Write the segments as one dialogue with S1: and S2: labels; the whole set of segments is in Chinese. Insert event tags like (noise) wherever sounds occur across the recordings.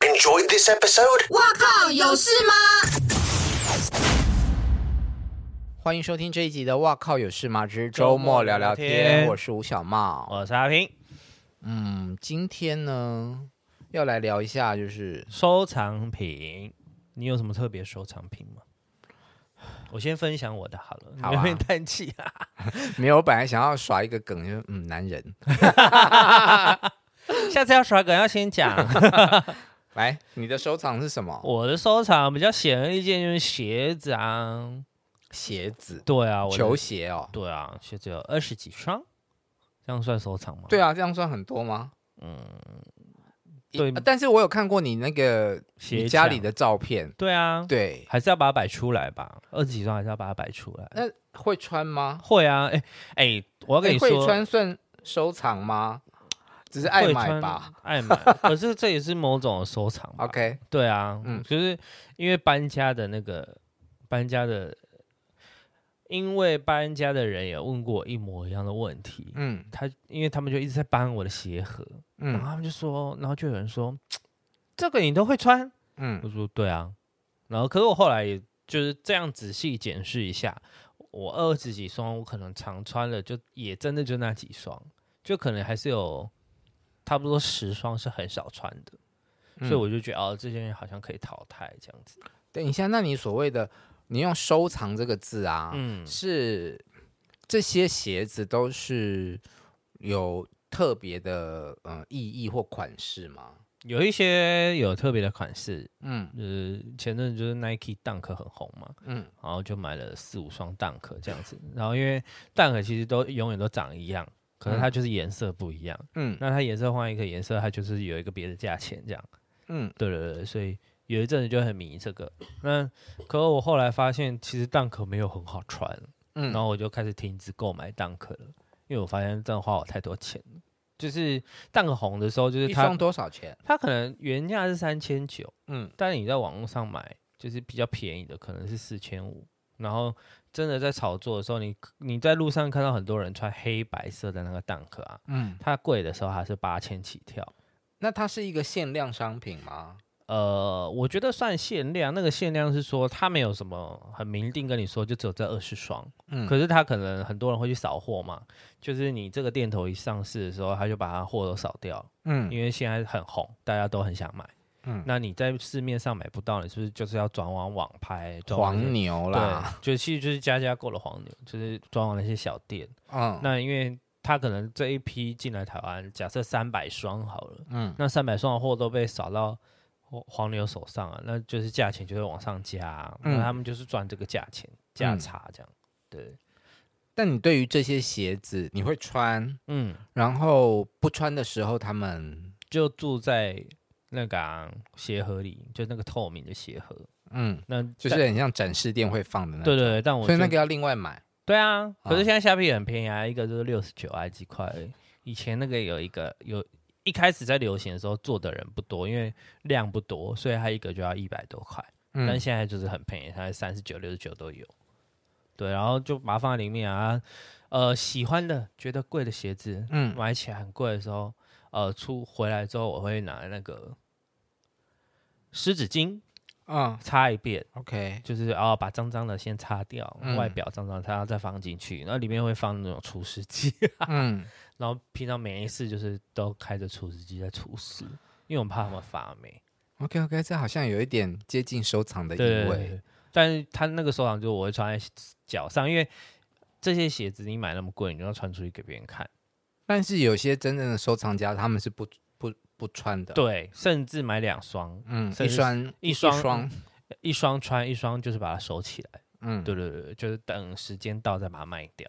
S1: Enjoyed this episode?
S2: 欢迎收听这一集的《哇靠有事吗》之周末聊聊
S3: 周末聊聊
S2: 天，
S3: 天
S2: 我是吴小茂。
S3: 我是阿平，
S2: 嗯，今天呢要来聊一下，就是
S3: 收藏品，你有什么特别收藏品吗？我先分享我的好了，
S2: 好啊
S3: 你们叹气啊！
S2: 没有，我本来想要耍一个梗，就是嗯，男人，
S3: 下次要耍梗要先讲。 (laughs)
S2: 来，你的收藏是什么？
S3: 我的收藏比较显而易见就是鞋子啊，
S2: 鞋子，
S3: 对啊，我的
S2: 球，鞋哦。
S3: 对啊，鞋子有二十几双，这样算收藏吗？
S2: 对，啊，这样算很多吗？
S3: 嗯对
S2: 呃但是我有看过你那个
S3: 鞋
S2: 你家里
S3: 架
S2: 的照片，
S3: 对啊，
S2: 对，
S3: 还是要把它摆出来吧，二十几双还是要把它摆出来。
S2: 那会穿吗？
S3: 会啊，哎哎，我要跟
S2: 诶
S3: 你
S2: 会
S3: 说，
S2: 穿算收藏吗？只是爱
S3: 会
S2: 买
S3: 穿
S2: 吧。，
S3: 爱买。可是这也是某种收藏吧。
S2: OK，
S3: 对啊，
S2: 嗯
S3: 嗯，就是因为搬家的那个搬家的，因为搬家的人也问过我一模一样的问题，
S2: 嗯
S3: 他因为他们就一直在搬我的鞋盒，然后
S2: 嗯
S3: 他们就说，然后就有人说这个你都会穿，我
S2: 嗯
S3: 说对啊，然后可是我后来也就是这样仔细检视一下，我二十几双我可能常穿了，就也真的就那几双，就可能还是有差不多十双是很少穿的。
S2: 嗯
S3: 所以我就觉得哦，这些人好像可以淘汰这样子。
S2: 等一下，那你所谓的你用“收藏”这个字啊，
S3: 嗯
S2: 是这些鞋子都是有特别的呃意义或款式吗？
S3: 有一些有特别的款式，
S2: 嗯
S3: 呃，前阵子就是 Nike Dunk 很红嘛，
S2: 嗯
S3: 然后就买了四五双 Dunk 这样子。然后因为 Dunk 其实都永远都长一样，可是它就是颜色不一样。
S2: 嗯
S3: 那它颜色换一个颜色，它就是有一个别的价钱这样。
S2: 嗯
S3: 对对对，所以有一阵子就很迷这个。那可我后来发现，其实 Dunk 没有很好穿，然
S2: 嗯
S3: 后我就开始停止购买 Dunk 了，因为我发现这样花我太多钱了。就是 Dunk 红的时候，就是
S2: 一双
S3: 它
S2: 多少钱？
S3: 它可能原价是三千九，
S2: 嗯
S3: 但是你在网络上买就是比较便宜的，可能是四千五。然后真的在炒作的时候，你你在路上看到很多人穿黑白色的那个 Dunk 啊，
S2: 嗯，
S3: 它贵的时候还是八千起跳。
S2: 那它是一个限量商品吗？
S3: 呃，我觉得算限量，那个限量是说它没有什么很明定跟你说，就只有这二十双。
S2: 嗯，
S3: 可是他可能很多人会去扫货嘛，就是你这个店头一上市的时候，他就把它货都扫掉，
S2: 嗯
S3: 因为现在很红，大家都很想买。
S2: 嗯，
S3: 那你在市面上买不到，你是不是就是要转往网拍、转往
S2: 黄牛啦，
S3: 对，就其实就是家家购的黄牛，就是转往那些小店。
S2: 嗯
S3: 那因为他可能这一批进来台湾，假设三百双好了，
S2: 嗯
S3: 那三百双的货都被扫到黄黄牛手上啊，那就是价钱就会往上加啊、
S2: 嗯
S3: 那他们就是赚这个价钱价
S2: 嗯
S3: 差这样。对，
S2: 但你对于这些鞋子，你会穿，
S3: 嗯。
S2: 然后不穿的时候，他们
S3: 就住在那个啊、鞋盒里，就那个透明的鞋盒。
S2: 嗯，
S3: 那
S2: 就是
S3: 但
S2: 很像展示店会放的那
S3: 对对
S2: 种
S3: 对，但我
S2: 所以那
S3: 就
S2: 个要另外买。
S3: 对啊，
S2: 啊
S3: 可是现在虾皮也很便宜啊，一个就是六十九啊几块而已。以前那个有一个有一开始在流行的时候做的人不多，因为量不多，所以它一个就要一百多块。但
S2: 嗯
S3: 现在就是很便宜，它三十九、六十九都有。对，然后就把它放在里面啊，呃，喜欢的、觉得贵的鞋子，
S2: 嗯
S3: 买起来很贵的时候，呃，出回来之后我会拿那个湿纸巾
S2: 嗯
S3: 擦一遍，
S2: ，OK，
S3: 就是哦把脏脏的先擦掉，
S2: 嗯
S3: 外表脏脏擦，然后再放进去，然后里面会放那种除湿机，
S2: (laughs)
S3: (laughs)
S2: 嗯，
S3: 然后平常每一次就是都开着除湿机在除湿，因为我们怕它们发霉。
S2: OK OK，这好像有一点接近收藏的意
S3: 对
S2: 味。
S3: 但是它那个收藏就是我会穿在脚上，因为这些鞋子你买那么贵，你就要穿出去给别人看。
S2: 但是有些真正的收藏家，他们是不不不穿的。，
S3: 对，甚至买两双，
S2: 嗯，
S3: 甚
S2: 一
S3: 至
S2: 双
S3: 一双嗯
S2: 双，
S3: 一双穿，一双就是把它收起来。
S2: 嗯，
S3: 对对对，就是等时间到再把它卖掉。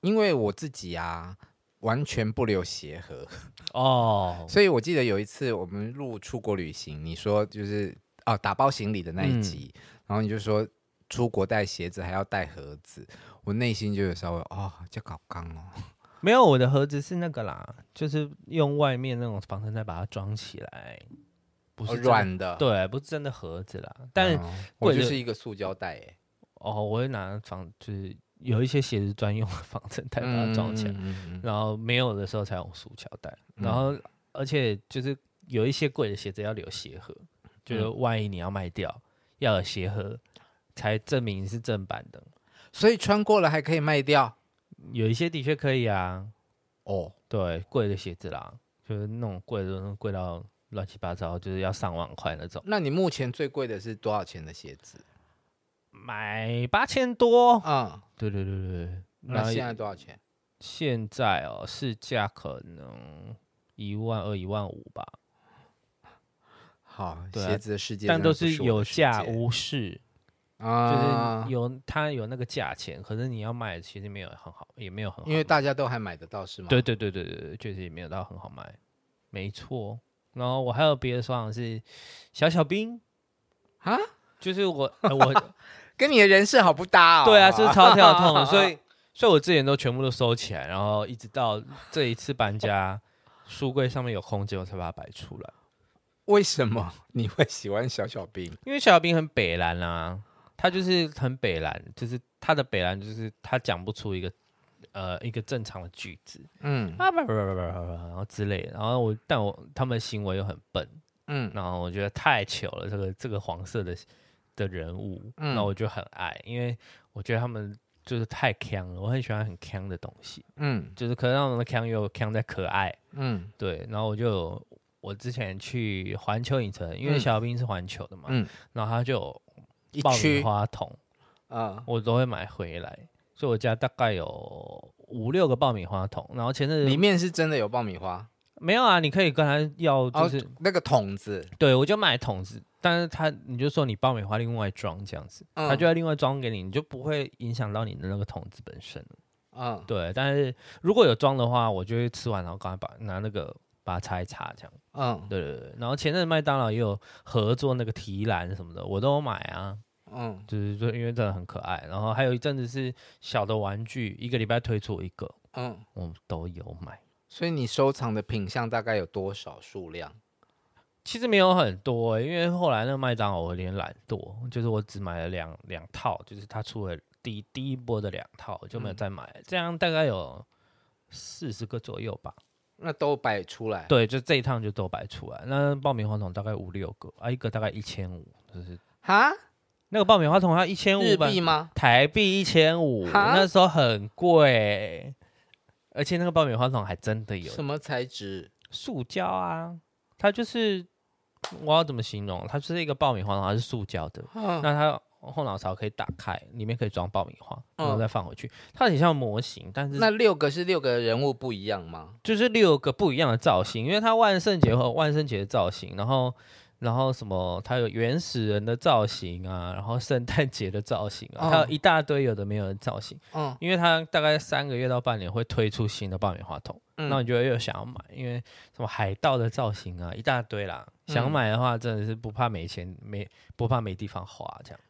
S2: 因为我自己啊，完全不留鞋盒。
S3: 哦，
S2: 所以我记得有一次我们录出国旅行，你说就是哦打包行李的那一
S3: 嗯
S2: 集，然后你就说出国带鞋子还要带盒子，我内心就有稍微哦叫搞刚哦，
S3: 没有，我的盒子是那个啦，就是用外面那种防尘袋把它装起来，不是
S2: 哦
S3: 真的
S2: 软的，
S3: 对，不是真的盒子啦。但、
S2: 嗯我
S3: 贵
S2: 就
S3: 的
S2: 是一个塑胶袋哎，
S3: 哦，我会拿防，就是有一些鞋子专用的防尘袋把它装起来，
S2: 嗯嗯嗯嗯
S3: 然后没有的时候才用塑胶袋，
S2: 嗯
S3: 然后而且就是有一些贵的鞋子要留鞋盒，就是
S2: 嗯
S3: 万一你要卖掉，要有鞋盒才证明是正版的。
S2: 所以穿过了还可以卖掉
S3: 有一些的确可以啊，
S2: 哦，
S3: 对，贵的鞋子啦，就是那种贵的，贵到乱七八糟，就是要上万块那种，
S2: 那你目前最贵的是多少钱的鞋子？
S3: 买八千多。
S2: 嗯，
S3: 对对对对，然
S2: 那
S3: 后
S2: 现在多少钱？
S3: 现在哦，市价可能一万二、一万五吧，
S2: 好，
S3: 对啊
S2: 鞋子的世界真
S3: 但
S2: 的
S3: 都
S2: 不是
S3: 是
S2: 我的
S3: 有
S2: 世
S3: 价
S2: 界
S3: 无市，
S2: 啊，
S3: 就是有它有那个价钱，可是你要卖其实没有很好，也没有很好卖，
S2: 因为大家都还买得到是吗？
S3: 对对对对对对，确实也没有到很好卖，没错。然后我还有别的双鞋是小小兵，
S2: 啊，
S3: 就
S2: (laughs)
S3: 是我、呃我。
S2: 跟你的人设好不搭哦。
S3: 对啊，就是超跳痛
S2: (laughs)
S3: 的，所以所以我之前都全部都收起来，然后一直到这一次搬家，书柜上面有空间，我才把它摆出来。
S2: 为什么你会喜欢小小兵？
S3: 因为小小兵很北蓝啊，他就是很北蓝，就是他的北蓝就是他讲不出一个呃一个正常的句子
S2: 嗯
S3: 啊，不不不不不，然后之类的，然后我但我他们的行为又很笨，
S2: 嗯
S3: 然后我觉得太糗了，这个这个黄色的的人物，
S2: 嗯
S3: 那我就很爱，因为我觉得他们就是太强了，我很喜欢很强的东西，
S2: 嗯
S3: 就是可能让我们强又强在可爱，
S2: 嗯
S3: 对，然后我就有我之前去环球影城，因为
S2: 嗯
S3: 小兵是环球的嘛，
S2: 嗯，
S3: 然后他就有
S2: 一
S3: 爆米
S2: 区
S3: 花桶，
S2: 啊，
S3: 我都会买回来，所以我家大概有五六个爆米花桶，然后前阵
S2: 里
S3: 子
S2: 面是真的有爆米花，
S3: 没有啊，你可以跟他要，就是、
S2: 哦，那个桶子，
S3: 对，我就买桶子，但是他你就说你爆米花另外装这样子，
S2: 嗯
S3: 他就要另外装给你，你就不会影响到你的那个桶子本身。
S2: 嗯
S3: 对，但是如果有装的话，我就会吃完然后赶快把拿那个把它擦一擦这样。
S2: 嗯
S3: 对对对，然后前阵子麦当劳也有合作那个提篮什么的，我都有买啊，
S2: 嗯
S3: 就是就因为真的很可爱。然后还有一阵子是小的玩具，一个礼拜推出一个，
S2: 嗯，
S3: 我都有买。
S2: 所以你收藏的品相大概有多少数量？
S3: 其实没有很多、欸，因为后来那个麦当劳我有点懒惰，就是我只买了两两套，就是他出了第一第一波的两套，我就
S2: 嗯
S3: 没有再买了。这样大概有四十个左右吧。
S2: 那都摆出来，，
S3: 对，就这一趟就都摆出来。那爆米花桶大概五六个啊，一个大概一千五，就是
S2: 哈，
S3: 那个爆米花桶要一千
S2: 日
S3: 五吧？
S2: 币吗？
S3: 台币一千五，
S2: 哈
S3: 那时候很贵，而且那个爆米花桶还真的有
S2: 什么材质？
S3: 塑胶啊，它就是我要怎么形容？它就是一个爆米花桶，它是塑胶的，
S2: 嗯
S3: 那它后脑勺可以打开，里面可以装爆米花，然后
S2: 嗯
S3: 再放回去。它很像模型，但是
S2: 那六个是六个人物不一样吗？
S3: 就是六个不一样的造型，因为它万圣节和万圣节的造型，然后然后什么，它有原始人的造型啊，然后圣诞节的造型啊，
S2: 哦
S3: 它有一大堆有的没有的造型，
S2: 嗯
S3: 因为它大概三个月到半年会推出新的爆米花桶，
S2: 嗯
S3: 那你就会又想要买，因为什么海盗的造型啊，一大堆啦，想买的话真的是不怕没钱，没不怕没地方花这样。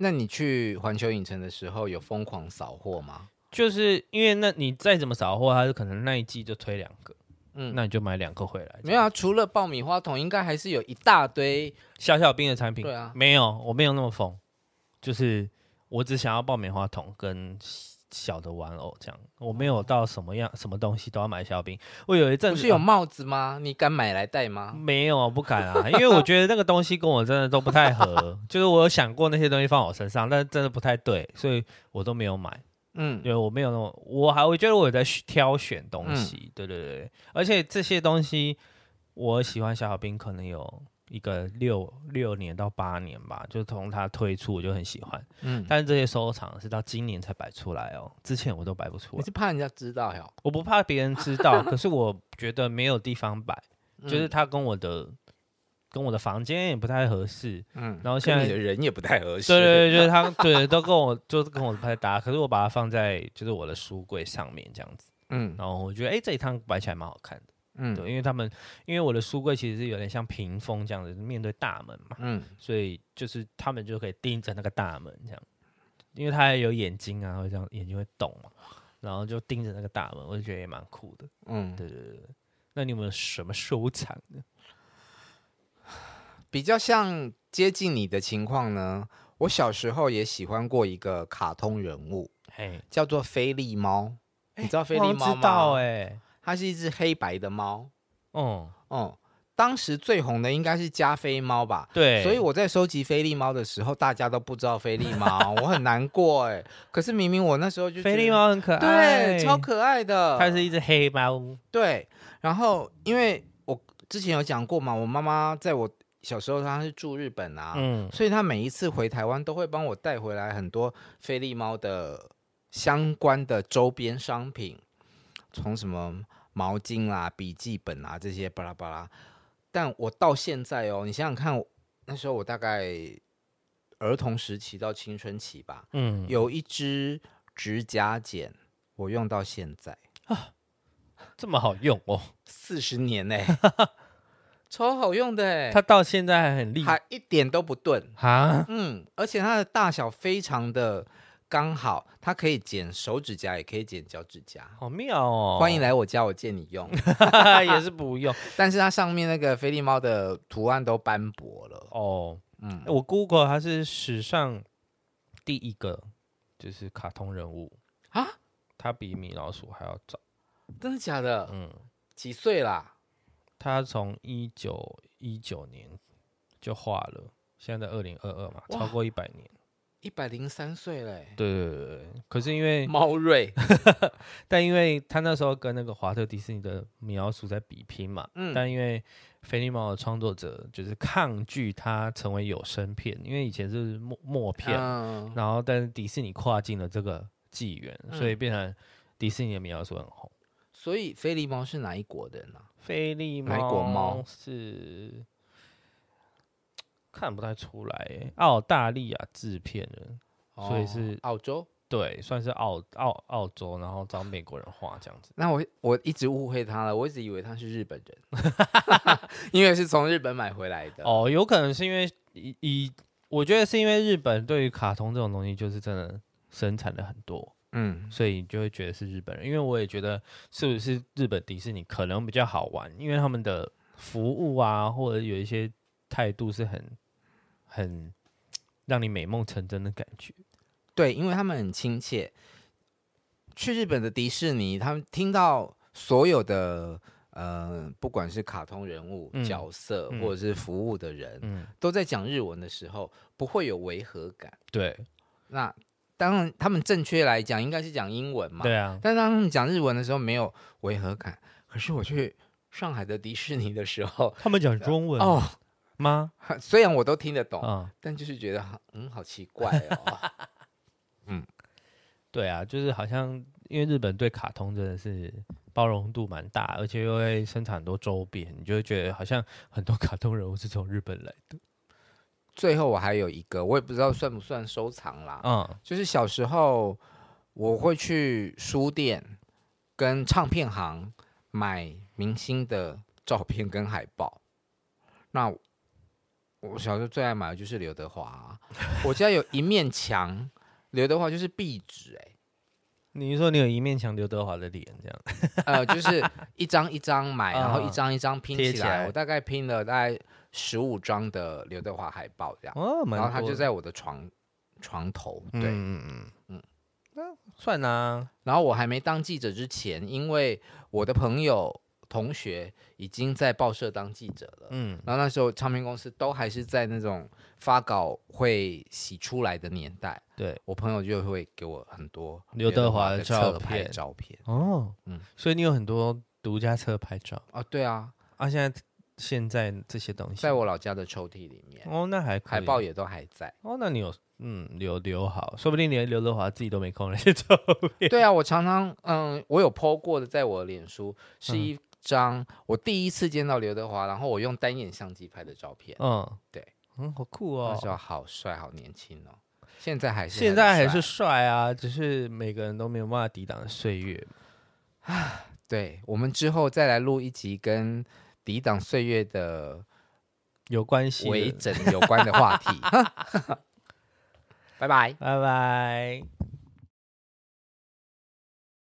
S2: 那你去环球影城的时候有疯狂扫货吗？
S3: 就是因为那你再怎么扫货，它就可能那一季就推两个，
S2: 嗯，
S3: 那你就买两个回来。
S2: 没有啊，除了爆米花桶，应该还是有一大堆。
S3: 小小兵的产品，
S2: 对啊
S3: 没有，我没有那么疯，就是我只想要爆米花桶跟小的玩偶这样，我没有到什么样什么东西都要买小小兵。我哦有一阵
S2: 不
S3: 子
S2: 是有
S3: 啊
S2: 帽子吗？你敢买来戴吗？
S3: 没有啊？不敢啊，因为我觉得那个东西跟我真的都不太合，就是我有想过那些东西放我身上，但是真的不太对，所以我都没有买。
S2: 嗯
S3: 对，我没有那么，我还我觉得我有在选挑选东西，对对对，而且这些东西我喜欢小小兵可能有一个六六年到八年吧，就从它推出我就很喜欢，
S2: 嗯，
S3: 但是这些收藏是到今年才摆出来哦，之前我都摆不出
S2: 你
S3: 来
S2: 是，怕人家知道哟？
S3: 我不怕别人知道，可是我觉得没有地方摆，
S2: 嗯
S3: 就是它跟我的跟我的房间也不太合适，
S2: 嗯，
S3: 然
S2: 跟
S3: 后现在
S2: 你的人也不太合适。
S3: 对对对，就是
S2: (laughs)
S3: 他，对，都跟我就是跟我不太搭，可是我把它放在就是我的书柜上面这样子，
S2: 嗯
S3: 然后我觉得哎、诶这一趟摆起来蛮好看的，
S2: 嗯
S3: 对，因为他们因为我的书柜其实是有点像屏风这样子，面对大门嘛，
S2: 嗯
S3: 所以就是他们就可以盯着那个大门这样，因为他还有眼睛啊，会这样眼睛会动嘛，然后就盯着那个大门，我就觉得也蛮酷的。
S2: 嗯，
S3: 对对对对，那你有没有什么收藏呢？
S2: 比较像接近你的情况呢。我小时候也喜欢过一个卡通人物，
S3: 嘿，
S2: 叫做菲利猫。你知道菲
S3: 哎我
S2: 利
S3: 好
S2: 猫啊
S3: 像知道
S2: 吗？
S3: 哎、
S2: 它是一只黑白的猫。
S3: 嗯，
S2: 哦、当时最红的应该是加菲猫吧？
S3: 对，
S2: 所以我在收集菲利猫的时候，大家都不知道菲利猫，我很难过哎。可是明明我那时候就
S3: 菲
S2: 觉
S3: 利
S2: 得
S3: 猫很可爱，
S2: 对，超可爱的。
S3: 它是一只黑猫，
S2: 对，然后因为我之前有讲过嘛，我妈妈在我小时候她是住日本啊，
S3: 嗯，
S2: 所以她每一次回台湾都会帮我带回来很多菲利猫的相关的周边商品，从什么毛巾啦、笔记本啊这些巴拉巴拉。但我到现在哦，你想想看，我那时候我大概儿童时期到青春期吧，
S3: 嗯，
S2: 有一支指甲剪，我用到现在。
S3: 这么好用哦，
S2: 四十年
S3: (laughs)
S2: 呢、超好用的哎、
S3: 它到现在还很厉害
S2: 还一点都不钝，
S3: 啊，
S2: 嗯，而且它的大小非常的刚好，它可以剪手指甲，也可以剪脚指甲。
S3: 好妙哦，
S2: 欢迎来我家，我借你
S3: (laughs)
S2: 用。
S3: 来，也是不用
S2: 但是它上面那个菲利猫的图案都斑驳了，
S3: (laughs) 哦。
S2: 嗯，
S3: 我 Google 它是史上第一个就是卡通人物
S2: 啊，
S3: 它比米老鼠还要早，
S2: 真的假的？
S3: 嗯，
S2: 几岁啦？
S3: 它从一九一九年就画了，现在在二零二二嘛，
S2: 哇
S3: 超过一百年。
S2: 一百零三岁嘞，
S3: 对对对对对，可是因为
S2: 猫瑞，
S3: 但因为他那时候跟那个华特迪士尼的米老鼠在比拼嘛，
S2: 嗯
S3: 但因为菲利猫的创作者就是抗拒它成为有声片，因为以前是默默片，
S2: 嗯
S3: 然后但是迪士尼跨进了这个纪元，
S2: 嗯
S3: 所以变成迪士尼的米老鼠很红。
S2: 所以菲利猫是哪一国人啊？
S3: 菲利
S2: 哪一国
S3: 猫
S2: 猫
S3: 是看不太出来耶，澳大利亚制片人，所以
S2: 哦
S3: 是
S2: 澳洲。
S3: 对，算是澳澳澳洲，然后找美国人画这样子。
S2: 那我我一直误会他了，我一直以为他是日本人，
S3: (laughs)
S2: (laughs) 因为是从日本买回来的。
S3: 哦，有可能是因为以以，我觉得是因为日本对于卡通这种东西就是真的生产了很多，
S2: 嗯，
S3: 所以你就会觉得是日本人。因为我也觉得是不是日本迪士尼可能比较好玩，因为他们的服务啊，或者有一些态度是很很让你美梦成真的感觉。
S2: 对，因为他们很亲切。去日本的迪士尼，他们听到所有的呃，不管是卡通人物、
S3: 嗯
S2: 角色，
S3: 嗯
S2: 或者是服务的人，
S3: 嗯，
S2: 都在讲日文的时候，不会有违和感。
S3: 对
S2: 那当然，他们正确来讲应该是讲英文嘛。
S3: 对啊，
S2: 但当他们讲日文的时候，没有违和感。可是我去上海的迪士尼的时候，
S3: 他们讲中文
S2: 哦， (laughs)
S3: 吗？
S2: 虽然我都听得懂，
S3: 啊、
S2: 但就是觉得好嗯，好奇怪
S3: (laughs)
S2: 哦。
S3: 对啊，就是好像因为日本对卡通真的是包容度蛮大，而且又会生产很多周边，你就会觉得好像很多卡通人物是从日本来的。
S2: 最后我还有一个，我也不知道算不算收藏啦，
S3: 嗯
S2: 就是小时候我会去书店跟唱片行买明星的照片跟海报。那我小时候最爱买的就是刘德华啊、我家有一面墙，刘德华就是壁纸、欸，
S3: 你是说你有一面墙刘德华的脸这样？
S2: 呃，就是一张一张 (laughs) 买，然后
S3: 啊
S2: 一张一张拼
S3: 贴
S2: 嗯起
S3: 起
S2: 来。
S3: 来
S2: 我大概拼了大概十五张的刘德华海报这样，
S3: 哦，蛮
S2: 然后他
S3: 多
S2: 就
S3: 的
S2: 在我的床床头。
S3: 嗯
S2: 对，
S3: 嗯嗯嗯，那算啦、啊，
S2: 然后我还没当记者之前，因为我的朋友同学已经在报社当记者了。
S3: 嗯
S2: 然后那时候唱片公司都还是在那种发稿会洗出来的年代，
S3: 对
S2: 我朋友就会给我很多
S3: 刘德华的
S2: 的
S3: 照
S2: 侧拍
S3: 片
S2: 照片。
S3: 哦，
S2: 嗯
S3: 所以你有很多独家车拍照
S2: 哦，对啊，
S3: 啊。现在现在这些东西，
S2: 在我老家的抽屉里面，
S3: 哦，那还可以
S2: 海报也都还在。
S3: 哦，那你有嗯留留好，说不定连刘德华自己都没空来去照片。
S2: 对啊，我常常嗯，我有 PO 过的，在我的脸书是
S3: 嗯
S2: 一张我第一次见到刘德华，然后我用单眼相机拍的照片。
S3: 嗯，
S2: 对，
S3: 嗯，好酷
S2: 那
S3: 哦
S2: 时。候好帅，好年轻哦，现在还是
S3: 现在还
S2: 很
S3: 是
S2: 帅
S3: 帅啊，只是每个人都没有办法抵挡岁月。
S2: 对，我们之后再来录一集跟抵挡岁月的
S3: 有关系
S2: (laughs)
S3: 的。 (laughs)
S2: 微整有关的话题。拜拜。
S3: 拜拜。